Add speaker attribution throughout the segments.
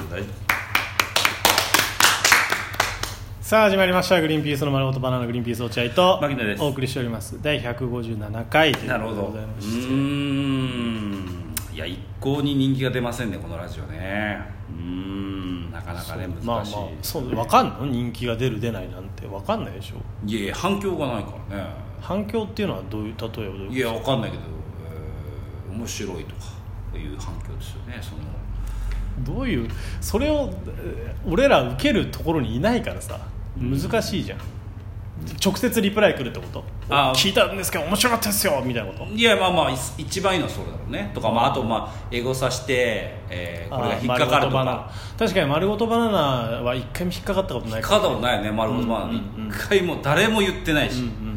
Speaker 1: はい
Speaker 2: さあ始まりました「グリーンピースの丸ごとバナナグリーンピース落合」と
Speaker 1: 牧野です
Speaker 2: お送りしております第157回という
Speaker 1: なる
Speaker 2: こ
Speaker 1: ほ
Speaker 2: とで
Speaker 1: ど
Speaker 2: ご
Speaker 1: う
Speaker 2: ざいまして
Speaker 1: ーんいや一向に人気が出ませんねこのラジオねうーんなかなかね
Speaker 2: まあま
Speaker 1: 難
Speaker 2: あ
Speaker 1: しい、
Speaker 2: そう分かんの人気が出る出ないなんて分かんないでしょ
Speaker 1: いやいや反響がないからね
Speaker 2: 反響っていうのはどういう例えばどういうこと
Speaker 1: いやわかんないけど、えー面白いとかいう反響ですよねその
Speaker 2: どういうそれをえー俺ら受けるところにいないからさ難しいじゃん直接リプライ来るってこと
Speaker 1: あー
Speaker 2: 聞いたんですけど面白かったですよみたいなこと
Speaker 1: いやまあまあい一番いいのはそれだろうねとか、まあ、あとまあエゴさして、えーこれが引っかかると
Speaker 2: あー丸ごとバナナ
Speaker 1: か
Speaker 2: 確かに丸ごとバナナは一回も引っかかったことない
Speaker 1: 引っ
Speaker 2: か
Speaker 1: からかったことないよね丸ごとバナナ
Speaker 2: うんうんうん
Speaker 1: 一回も誰も言ってないし、
Speaker 2: うんうんうん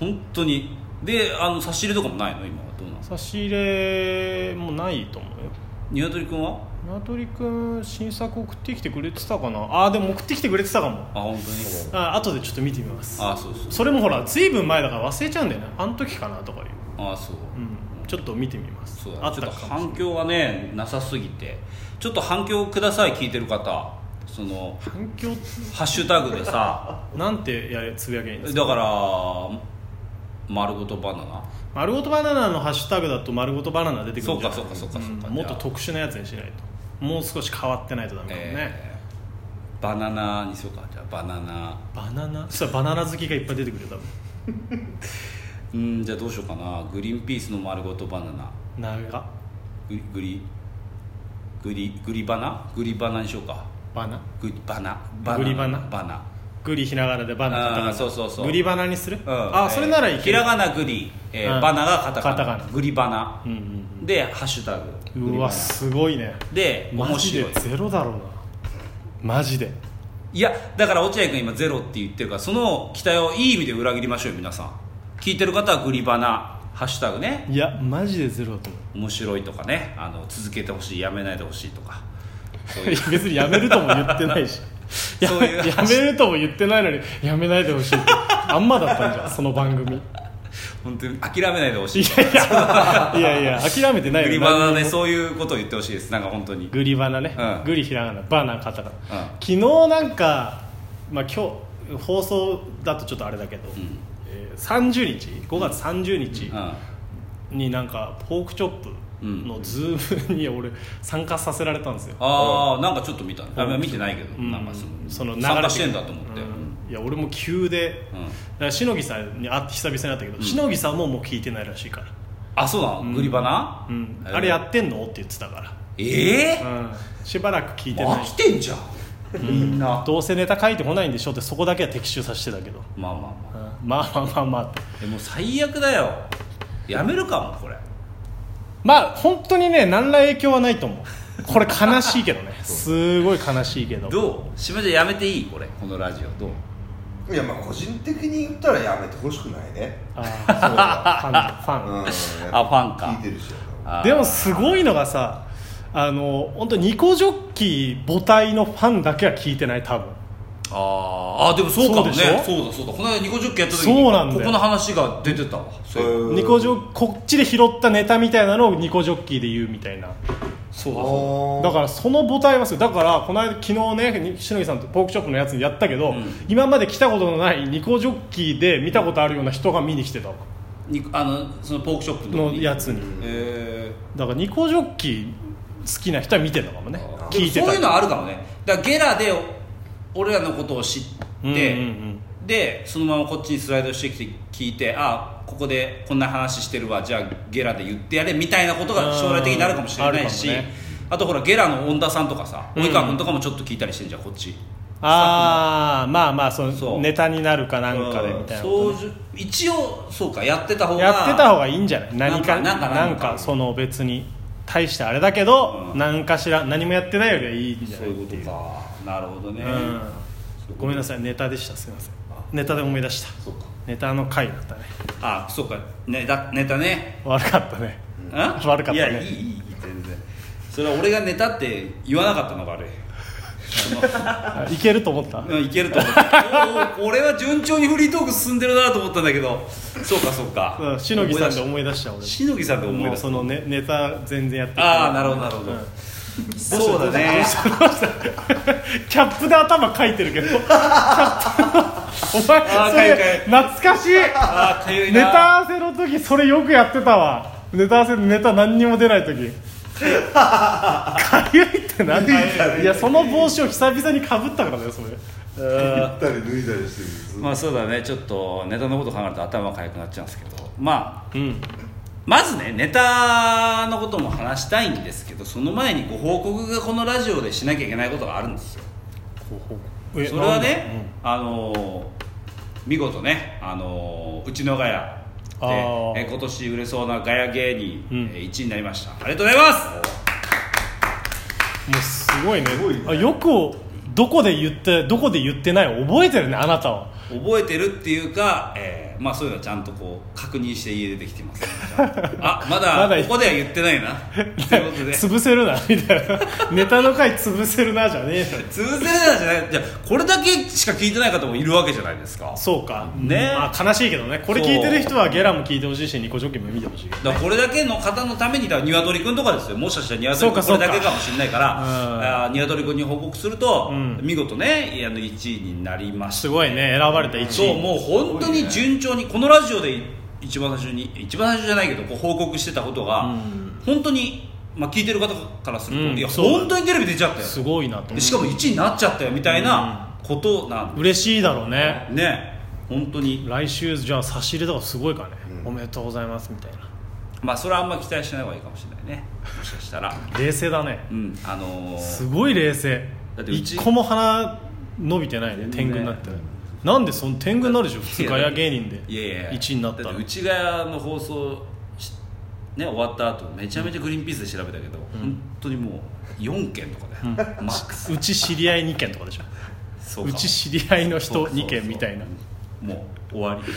Speaker 1: 本当にであの差し入れとかもないの今はどうなんですか
Speaker 2: 差し入れもないと思うよ
Speaker 1: 鶏くんは
Speaker 2: 名取君新作送ってきてくれてたかなあーでも送ってきてくれてたかも
Speaker 1: あ本当に
Speaker 2: あ後でちょっと見てみます
Speaker 1: あそうそう
Speaker 2: それもほらずいぶん前だから忘れちゃうんだよねあの時かなとかいう、
Speaker 1: あそう、
Speaker 2: うん、ちょっと見てみます
Speaker 1: そうだね
Speaker 2: あっ
Speaker 1: ちょ
Speaker 2: た
Speaker 1: っと
Speaker 2: かも
Speaker 1: 反響がねなさすぎてちょっと反響ください聞いてる方その
Speaker 2: 反響
Speaker 1: ハッシュタグでさ
Speaker 2: なんてやれつぶやけばいいんですか
Speaker 1: だから丸ごとバナナ
Speaker 2: 丸ごとバナナのハッシュタグだと丸ごとバナナ出てくるんじゃない
Speaker 1: そうかそうかそうかそうか
Speaker 2: んもっと特殊なやつにしないともう少し変わってないとダメだもんね、
Speaker 1: えーバナナにしようかじゃあバナナ
Speaker 2: バナナそしたらバナナ好きがいっぱい出てくるよ多分
Speaker 1: うんじゃあどうしようかなグリーンピースの丸ごとバナナ
Speaker 2: 長っ
Speaker 1: グリグリグリグリバナグリバナにしようか
Speaker 2: バナ
Speaker 1: グリバナバナ
Speaker 2: グリバナ
Speaker 1: バナ
Speaker 2: グリひながらでバナカタカ
Speaker 1: あ
Speaker 2: ナ
Speaker 1: ーそうそうそう
Speaker 2: グリバナにする、
Speaker 1: うん
Speaker 2: あそれならいける
Speaker 1: ひらがなグリ、えー
Speaker 2: うん
Speaker 1: バナがカタカナ
Speaker 2: カタカナ
Speaker 1: グリバナ
Speaker 2: うんうん
Speaker 1: でハッシュタググリ
Speaker 2: うんう
Speaker 1: バ
Speaker 2: わ
Speaker 1: ナ
Speaker 2: すごいね
Speaker 1: で
Speaker 2: マ
Speaker 1: 面
Speaker 2: ジ
Speaker 1: 白い
Speaker 2: でゼロだろうなマジで
Speaker 1: いやだから落合君今ゼロって言ってるからその期待をいい意味で裏切りましょうよ皆さん聞いてる方はグリバナハッシュタグね
Speaker 2: いやマジでゼロだと思
Speaker 1: 面白いとかねあの続けてほしいやめないでほしいとかそう
Speaker 2: う
Speaker 1: いう
Speaker 2: いや 別にやめるとも言ってないし や
Speaker 1: そういう
Speaker 2: やめるとも言ってないのにやめないでほしいってあんまだったんじゃんその 番組い
Speaker 1: 本当に諦めないでほしい
Speaker 2: やいやいや諦めてない
Speaker 1: グ
Speaker 2: よ
Speaker 1: リバナでそういうことを言ってほしいですなんか本当に
Speaker 2: グリバナね、
Speaker 1: うん
Speaker 2: グリひらがなバナカタカ
Speaker 1: う
Speaker 2: ナ、
Speaker 1: ん
Speaker 2: 昨日なんか、まあ、今日放送だとちょっとあれだけ
Speaker 1: ん
Speaker 2: ど、えー30日5月30日
Speaker 1: うん
Speaker 2: になんかポークチョップのズームに俺参加させられたんですよ、
Speaker 1: ああなんかちょっと見たねあ見てないけど、なんかその
Speaker 2: その流れ
Speaker 1: 参加してんだと思って、
Speaker 2: うんいや俺も急で、
Speaker 1: うん
Speaker 2: だからしのぎさんに会って久々に会ったけど、しのぎさんももう聞いてないらしいから、
Speaker 1: あそうなの、グリバナ、
Speaker 2: うんあれやってんのって言ってたか
Speaker 1: ええ
Speaker 2: ら、うん、しばらく聞いて
Speaker 1: もう
Speaker 2: な
Speaker 1: 飽
Speaker 2: い
Speaker 1: きてんじゃんみんな、
Speaker 2: どうせネタ書いてこないんでしょってそこだけは的中させてたけど
Speaker 1: まあまあまあ
Speaker 2: まあまあまあまあって
Speaker 1: えもう最悪だよやめるかもこれ
Speaker 2: まあ本当にね何ら影響はないと思うこれ悲しいけどねすごい悲しいけど
Speaker 1: どう島ちゃんやめていいこれこのラジオどう
Speaker 3: いやまあ個人的に言ったらやめてほしくないね
Speaker 2: あ
Speaker 3: そう
Speaker 2: ー
Speaker 3: だ
Speaker 2: ファンファ
Speaker 3: う
Speaker 2: ン、
Speaker 3: ん、あ
Speaker 1: あファンか
Speaker 3: 聞いてるし
Speaker 1: あー
Speaker 2: でもすごいのがさあの本当ニコジョッキー母体のファンだけは聞いてない多分
Speaker 1: あーあーでもそうかもね
Speaker 2: そうでしょ
Speaker 1: そうだそうだこの間ニコジョッキやった時に
Speaker 2: そうなんだよ
Speaker 1: ここの話が出てたわそういう
Speaker 3: うん
Speaker 2: ニコジョこっちで拾ったネタみたいなのをニコジョッキーで言うみたいな
Speaker 1: そうだそう
Speaker 2: だ
Speaker 3: あ
Speaker 2: からその母体はすごいだからこの間昨日ねしのぎさんとポークチョップのやつやったけど、
Speaker 1: ん
Speaker 2: 今まで来たことのないニコジョッキーで見たことあるような人が見に来てた
Speaker 1: だにあのそのポークショップのとこ
Speaker 2: の
Speaker 1: に
Speaker 2: やつに、
Speaker 1: え
Speaker 2: だからニコジョッキー好きな人は見てたかもね
Speaker 1: ー
Speaker 2: 聞いてた
Speaker 1: そういうのはあるかもねだからゲラで俺らのことを知って、
Speaker 2: うんうん
Speaker 1: でそのままこっちにスライドしてきて聞いてあここでこんな話してるわじゃあゲラで言ってやれみたいなことが将来的になるかもしれないし
Speaker 2: うんあ
Speaker 1: あ,、
Speaker 2: るかもね
Speaker 1: とほらゲラの恩田さんとかさ
Speaker 2: うん
Speaker 1: 及川君とかもちょっと聞いたりしてんじゃんこっち
Speaker 2: ああまあまあそ
Speaker 1: そ
Speaker 2: の
Speaker 1: う
Speaker 2: ネタになるかなんかでみたいなこと
Speaker 1: そうじゅ一応そうかやってた方が
Speaker 2: やってた方がいいんじゃない
Speaker 1: なん
Speaker 2: 何
Speaker 1: か
Speaker 2: か
Speaker 1: なんか
Speaker 2: なん
Speaker 1: なんか
Speaker 2: かその別に大してあれだけど
Speaker 1: うん
Speaker 2: 何かしら何もやってないよりはいいんじゃ
Speaker 1: そ
Speaker 2: な
Speaker 1: う
Speaker 2: い
Speaker 1: いう
Speaker 2: っていう
Speaker 1: ことかなるほどね、
Speaker 2: うん
Speaker 1: そう
Speaker 2: ごめんなさいネタでしたすいませんネタで思い出した
Speaker 1: そうか
Speaker 2: ネタの回だったね
Speaker 1: あそうかネタネタね、
Speaker 2: 悪かったね
Speaker 1: うん、
Speaker 2: 悪かったね
Speaker 1: いやいいいいいい全然それは俺がネタって言わなかったのが悪い
Speaker 2: あいけると思った
Speaker 1: うんいけると思ったおお俺は順調にフリートーク進んでるなと思ったんだけどそうかそうか、
Speaker 2: うんしのぎさんで
Speaker 1: 思い
Speaker 2: 思い出した俺
Speaker 1: 出ししのぎさんで思い
Speaker 2: もう
Speaker 1: 出す
Speaker 2: そのネネタ全然やって
Speaker 1: ああなるほどなるほど、
Speaker 2: うん
Speaker 1: そうだね
Speaker 2: キャップで頭かいて るけどキャップお
Speaker 1: あー
Speaker 2: 前それ
Speaker 1: かゆい
Speaker 2: 懐かしい
Speaker 1: ああかゆい
Speaker 2: ネ
Speaker 1: な
Speaker 2: タ合わせの時それよくやってたわネタ合わせでネタ何にも出ない時かゆいって何いやその帽子を久々にかぶったからだよそれ
Speaker 1: うん
Speaker 3: ったり脱いだりしてるずっと
Speaker 1: まあそうだねちょっとネタのこと考えると頭かゆくなっちゃうんですけどまあ
Speaker 2: うん
Speaker 1: まずねネタのことも話したいんですけどその前にご報告がこのラジオでしなきゃいけないことがあるんですよ
Speaker 2: え
Speaker 1: それは
Speaker 2: なんだ
Speaker 1: ね、あのー見事ね、あのーうちのガヤで
Speaker 2: あー
Speaker 1: え今年売れそうなガヤ芸人、
Speaker 2: うん
Speaker 1: え1位になりましたありがとうございます
Speaker 2: もうすごいね
Speaker 3: すごいね
Speaker 2: あよくどこで言ってどこで言ってない覚えてるねあなたは
Speaker 1: 覚えてるっていうか、えーまあ、そういうのはちゃんとこう確認して家出てきて ますあまだ
Speaker 2: まだ
Speaker 1: ここでは言ってない なということで
Speaker 2: 潰せるなみたい なネタの回潰せるなじゃねえよ
Speaker 1: 通せるなじゃないじゃあこれだけしか聞いてない方もいるわけじゃないですか
Speaker 2: そうか
Speaker 1: ね
Speaker 2: まあ、悲しいけどねこれ聞いてる人はゲラも聞いてほしいしニコジョッキも見てほしいけど
Speaker 1: だからこれだけの方のためにだから鶏くんとかですよもしかしたら鶏くんこ
Speaker 2: そうかそう
Speaker 1: れだ
Speaker 2: か
Speaker 1: けかもしれないから
Speaker 2: うん
Speaker 1: あー鶏くんに報告すると、
Speaker 2: うん
Speaker 1: 見事ねいやあの1位になりまし
Speaker 2: すごいね選ばれた1
Speaker 1: た
Speaker 2: 位
Speaker 1: そうもう本当に順調にこのラジオで一番最初に一番最初じゃないけどこう報告してたことが、
Speaker 2: うん
Speaker 1: 本当に、まあ、聞いてる方からすると、
Speaker 2: うん
Speaker 1: いや
Speaker 2: そうだね
Speaker 1: 本当にテレビ出ちゃったよ
Speaker 2: すごいなと
Speaker 1: でしかも1位になっちゃったよみたいなことなんで、
Speaker 2: 嬉しいだろうね
Speaker 1: ね本当に
Speaker 2: 来週じゃあ差し入れとかすごいかね、
Speaker 3: うん
Speaker 2: おめでとうございますみたいな
Speaker 1: まあそれはあんま期待しない方がいいかもしれないねもしかしたら
Speaker 2: 冷静だね
Speaker 1: うんあのー
Speaker 2: すごい冷静
Speaker 1: だってうち
Speaker 2: 一個も鼻伸びてないね天狗になってない、なんでその天狗になるでしょ普通ガヤ芸人で
Speaker 1: いやいやいや
Speaker 2: 1位になった
Speaker 1: だ
Speaker 2: ら
Speaker 1: って内側の放送しね終わった後めちゃめちゃグリーンピースで調べたけど、本当にもう4件とかだよ、マックス
Speaker 2: うち知り合い2件とかでしょ
Speaker 1: そうか
Speaker 2: ち知り合いの
Speaker 1: そう
Speaker 2: 人
Speaker 1: そうそう
Speaker 2: 2件みたいな
Speaker 1: もう終わり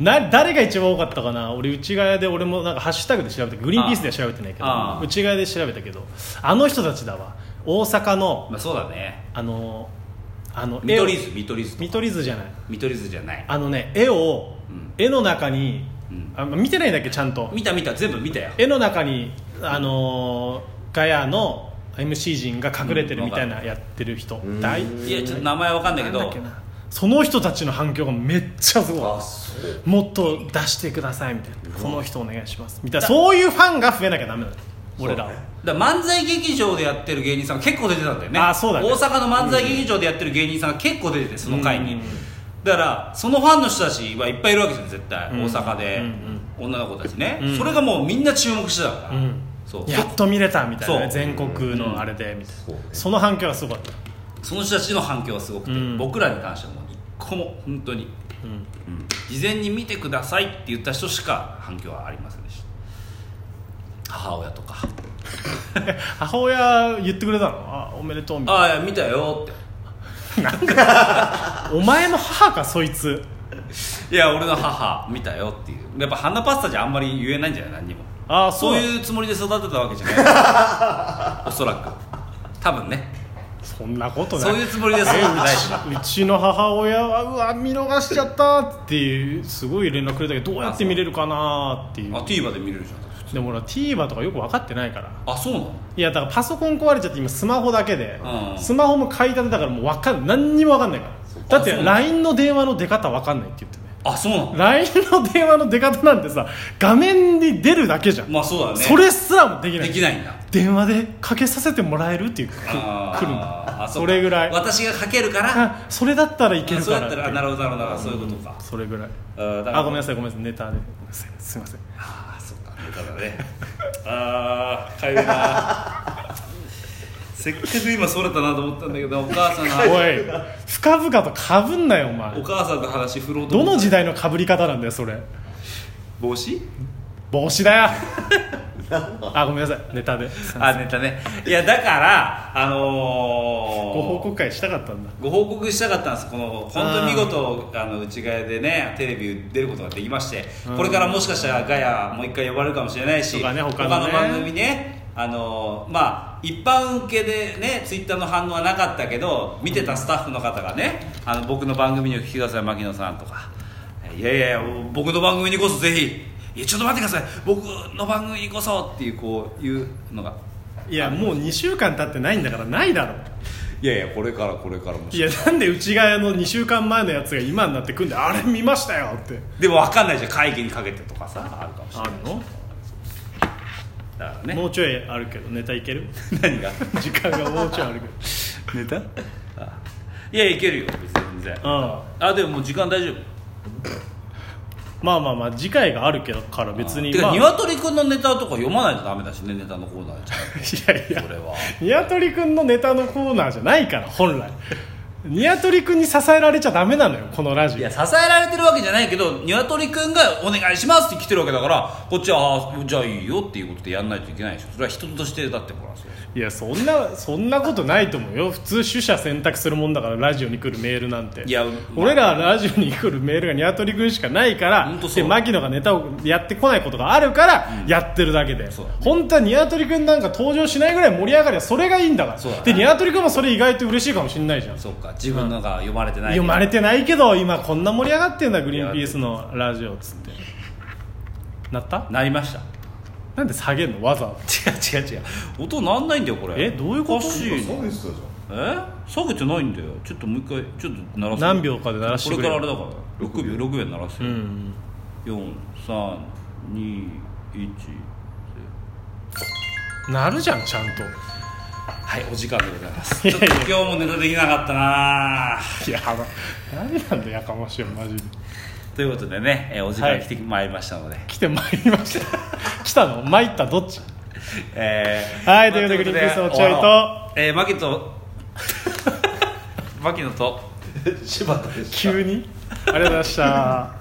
Speaker 2: な誰が一番多かったかな俺内側で俺もなんかハッシュタグで調べてグリーンピースでは調べてないけ
Speaker 1: あ
Speaker 2: ど
Speaker 1: あ
Speaker 2: 内側で調べたけどあの人たちだわ大阪の
Speaker 1: まあそうだね
Speaker 2: あのあの
Speaker 1: 見
Speaker 2: を
Speaker 1: 取り図見取り図
Speaker 2: 見取り図じゃない
Speaker 1: 見取り図じゃない
Speaker 2: あのね絵を、
Speaker 1: うん
Speaker 2: 絵の中に、
Speaker 1: うん
Speaker 2: あ見てないんだっけちゃんと
Speaker 1: 見た見た全部見たよ
Speaker 2: 絵の中にあのーガヤの MC 陣が隠れてるみたいなやってる人、
Speaker 3: ん
Speaker 2: だい
Speaker 1: いやちょっと名前わかんないけど
Speaker 2: なんだっけなその人たちの反響がめっちゃすごい
Speaker 3: あそう
Speaker 2: もっと出してくださいみたいなこの人お願いしますみたいなそういうファンが増えなきゃダメなの俺らは
Speaker 1: だから漫才劇場でやってる芸人さんが結構出てたんだよね
Speaker 2: あそうだね
Speaker 1: 大阪の漫才劇場でやってる芸人さんが結構出ててその回に、
Speaker 2: うん
Speaker 1: だからそのファンの人たちはいっぱいいるわけじゃん絶対、
Speaker 2: うん
Speaker 1: 大阪で
Speaker 2: うん、
Speaker 1: 女の子たちね、
Speaker 2: うん
Speaker 1: それがもうみんな注目してたから、
Speaker 2: うん
Speaker 1: そう
Speaker 2: やっと見れたみたいなね
Speaker 1: そう
Speaker 2: 全国のあれでみたいな
Speaker 3: そうね
Speaker 2: その反響がすごかった
Speaker 1: その人たちの反響はすごくて、
Speaker 2: うん
Speaker 1: 僕らに関してはもう一個も本当に、
Speaker 2: う ん
Speaker 1: うん事前に見てくださいって言った人しか反響はありませんでした母親とか
Speaker 2: 母親言ってくれたのあおめでとうみ
Speaker 1: 「
Speaker 2: たい
Speaker 1: ああいや見たよ」って
Speaker 2: なお前の母かそいつ
Speaker 1: いや俺の母見たよっていうやっぱ花パスタじゃあんまり言えないんじゃない何にも
Speaker 2: あーそ
Speaker 1: そ
Speaker 2: う
Speaker 1: う
Speaker 2: だ
Speaker 1: いうつもりで育てたわけじゃない おそらく多分ね
Speaker 2: そんなことない
Speaker 1: そういうつもりで育ててないし
Speaker 2: うちの母親はうわ見逃しちゃったっていうすごい連絡くれたけどどうやって見れるかなっていう
Speaker 1: あ TVer で見れるじゃ
Speaker 2: でも俺は TVer とかよく分かってないから
Speaker 1: んあそうなの
Speaker 2: いやだからパソコン壊れちゃって今スマホだけで、
Speaker 1: うん
Speaker 2: スマホも買いたてだからもう分かん何にも分かんないからだっ
Speaker 1: あ
Speaker 2: て
Speaker 1: そうな
Speaker 2: LINE の電話の出方分かんないって言ってね
Speaker 1: あそうなの
Speaker 2: LINE の電話の出方なんてさ画面に出るだけじゃん、
Speaker 1: まあそうだね
Speaker 2: それすらもできない
Speaker 1: できないんだ
Speaker 2: 電話でかけさせてもらえるっていうく来るん
Speaker 1: あー
Speaker 2: だ
Speaker 1: あ
Speaker 2: そう
Speaker 1: か
Speaker 2: れぐらい
Speaker 1: 私が書けるから
Speaker 2: あそれだったらいける
Speaker 1: そうや
Speaker 2: から
Speaker 1: っ
Speaker 2: ったて
Speaker 1: らあなるほどなるほどなるほどそういうことか
Speaker 2: それぐらい
Speaker 1: あ
Speaker 2: あごめんな
Speaker 1: さい
Speaker 2: さいごめんなさいネタですすいません
Speaker 1: ああそっかネタだねああかゆいな せっかく今それたなと思ったんだけどお母さんの話
Speaker 2: おい深々とかぶんなよお前
Speaker 1: お母さんの話振ろうと
Speaker 2: ど
Speaker 1: 思
Speaker 2: の
Speaker 1: って
Speaker 2: 時代のかぶり方なんだよそれ
Speaker 1: 帽子
Speaker 2: 帽子だ よあごめんなさいネタで
Speaker 1: あネタねいやだからあのー
Speaker 2: ご報告会したかったんだ
Speaker 1: ご報告したかったんですこの本当に見事あの内側でねテレビ出ることができまして、
Speaker 2: うん
Speaker 1: これからもしかしたらガヤもう一回呼ばれるかもしれないし
Speaker 2: とかね他
Speaker 1: 他
Speaker 2: の
Speaker 1: の
Speaker 2: ね
Speaker 1: 番組ねあのまあ一般受けでねツイッターの反応はなかったけど見てたスタッフの方がねあの僕の番組にお聞きください牧野さんとかいやいやいや僕の番組にこそぜひいやちょっと待ってください僕の番組にこそっていうこういうのが
Speaker 2: いやもう2週間経ってないんだからないだろ
Speaker 1: いやいやこれからこれからも
Speaker 2: いやなんで内側の2週間前のやつが今になってくんであれ見ましたよって
Speaker 1: でも分かんないじゃん会議にかけてとかさあるかもしれ
Speaker 2: あ
Speaker 1: ない
Speaker 2: るの
Speaker 1: だからね
Speaker 2: もうちょいあるけどネタいける
Speaker 1: 何が
Speaker 2: 時間がもうちょいあるけど
Speaker 1: ネタあいやいけるよ別に全然
Speaker 2: うん
Speaker 1: あでももう時間大丈夫
Speaker 2: まあまあまあ次回があるけどから別に
Speaker 1: て
Speaker 2: ま
Speaker 1: か
Speaker 2: あ、
Speaker 1: ニ ワトリくんのネタとか読まないとダメだしねネタのコーナーじ ゃ
Speaker 2: いやいや
Speaker 1: んこれは
Speaker 2: ニワトリくんのネタのコーナーじゃないから本来ニワトリくんに支えられちゃダメなのよこのラジ
Speaker 1: い
Speaker 2: オ
Speaker 1: や支えられてるわけじゃないけどニワトリくんが「お願いします」って来てるわけだからこっちは「ああじゃあいいよ」っていうことでやんないといけないでしょそれは人としてだってもらうんですよ
Speaker 2: いやそんなそんなことないと思うよ普通取捨選択するもんだからラジオに来るメールなんて
Speaker 1: いや
Speaker 2: 俺らラジオに来るメールがニワトリくんしかないから
Speaker 1: ほんとそう
Speaker 2: で牧野がネタをやってこないことがあるからやってるだけで、
Speaker 1: そうだね
Speaker 2: 本当はニワトリくんなんか登場しないぐらい盛り上がりはそれがいいんだから
Speaker 1: そうだね
Speaker 2: でニワトリくんもそれ意外と嬉しいかもしれないじゃん
Speaker 1: そうか自分のが読まれてない
Speaker 2: 読まれてないけど今こんな盛り上がってんだグリーンピースのラジオっつってなった
Speaker 1: なりました
Speaker 2: なんで下げんのわざわざ
Speaker 1: 違う違う違う音なんないんだよこれ
Speaker 2: えどういうこ
Speaker 1: おか
Speaker 2: と
Speaker 1: しい
Speaker 3: そう
Speaker 1: な
Speaker 3: ですよじ
Speaker 1: え下げてないんだよちょっともう一回ちょっと鳴らす
Speaker 2: 何秒かで鳴らして
Speaker 1: こ
Speaker 2: く
Speaker 1: れ
Speaker 2: れ
Speaker 1: から
Speaker 2: よ
Speaker 1: あれだから6秒6秒鳴らす
Speaker 2: う
Speaker 1: よ、
Speaker 2: ん
Speaker 1: 4321
Speaker 2: なるじゃんちゃんと
Speaker 1: はいお時間でございます
Speaker 2: いやいや
Speaker 1: ちょっと今日もネタできなかったない
Speaker 2: や何なんだやかましいよマジで
Speaker 1: ということでね、えーお時間来てまいりましたので、
Speaker 2: 来てまいりました 来たの参ったどっち
Speaker 1: えー
Speaker 2: はいという
Speaker 1: まあ
Speaker 2: ことでグリーンピースの
Speaker 1: 終わろうえー、マキとマキノと
Speaker 3: ゃん柴田でした
Speaker 2: 急にありがとうございました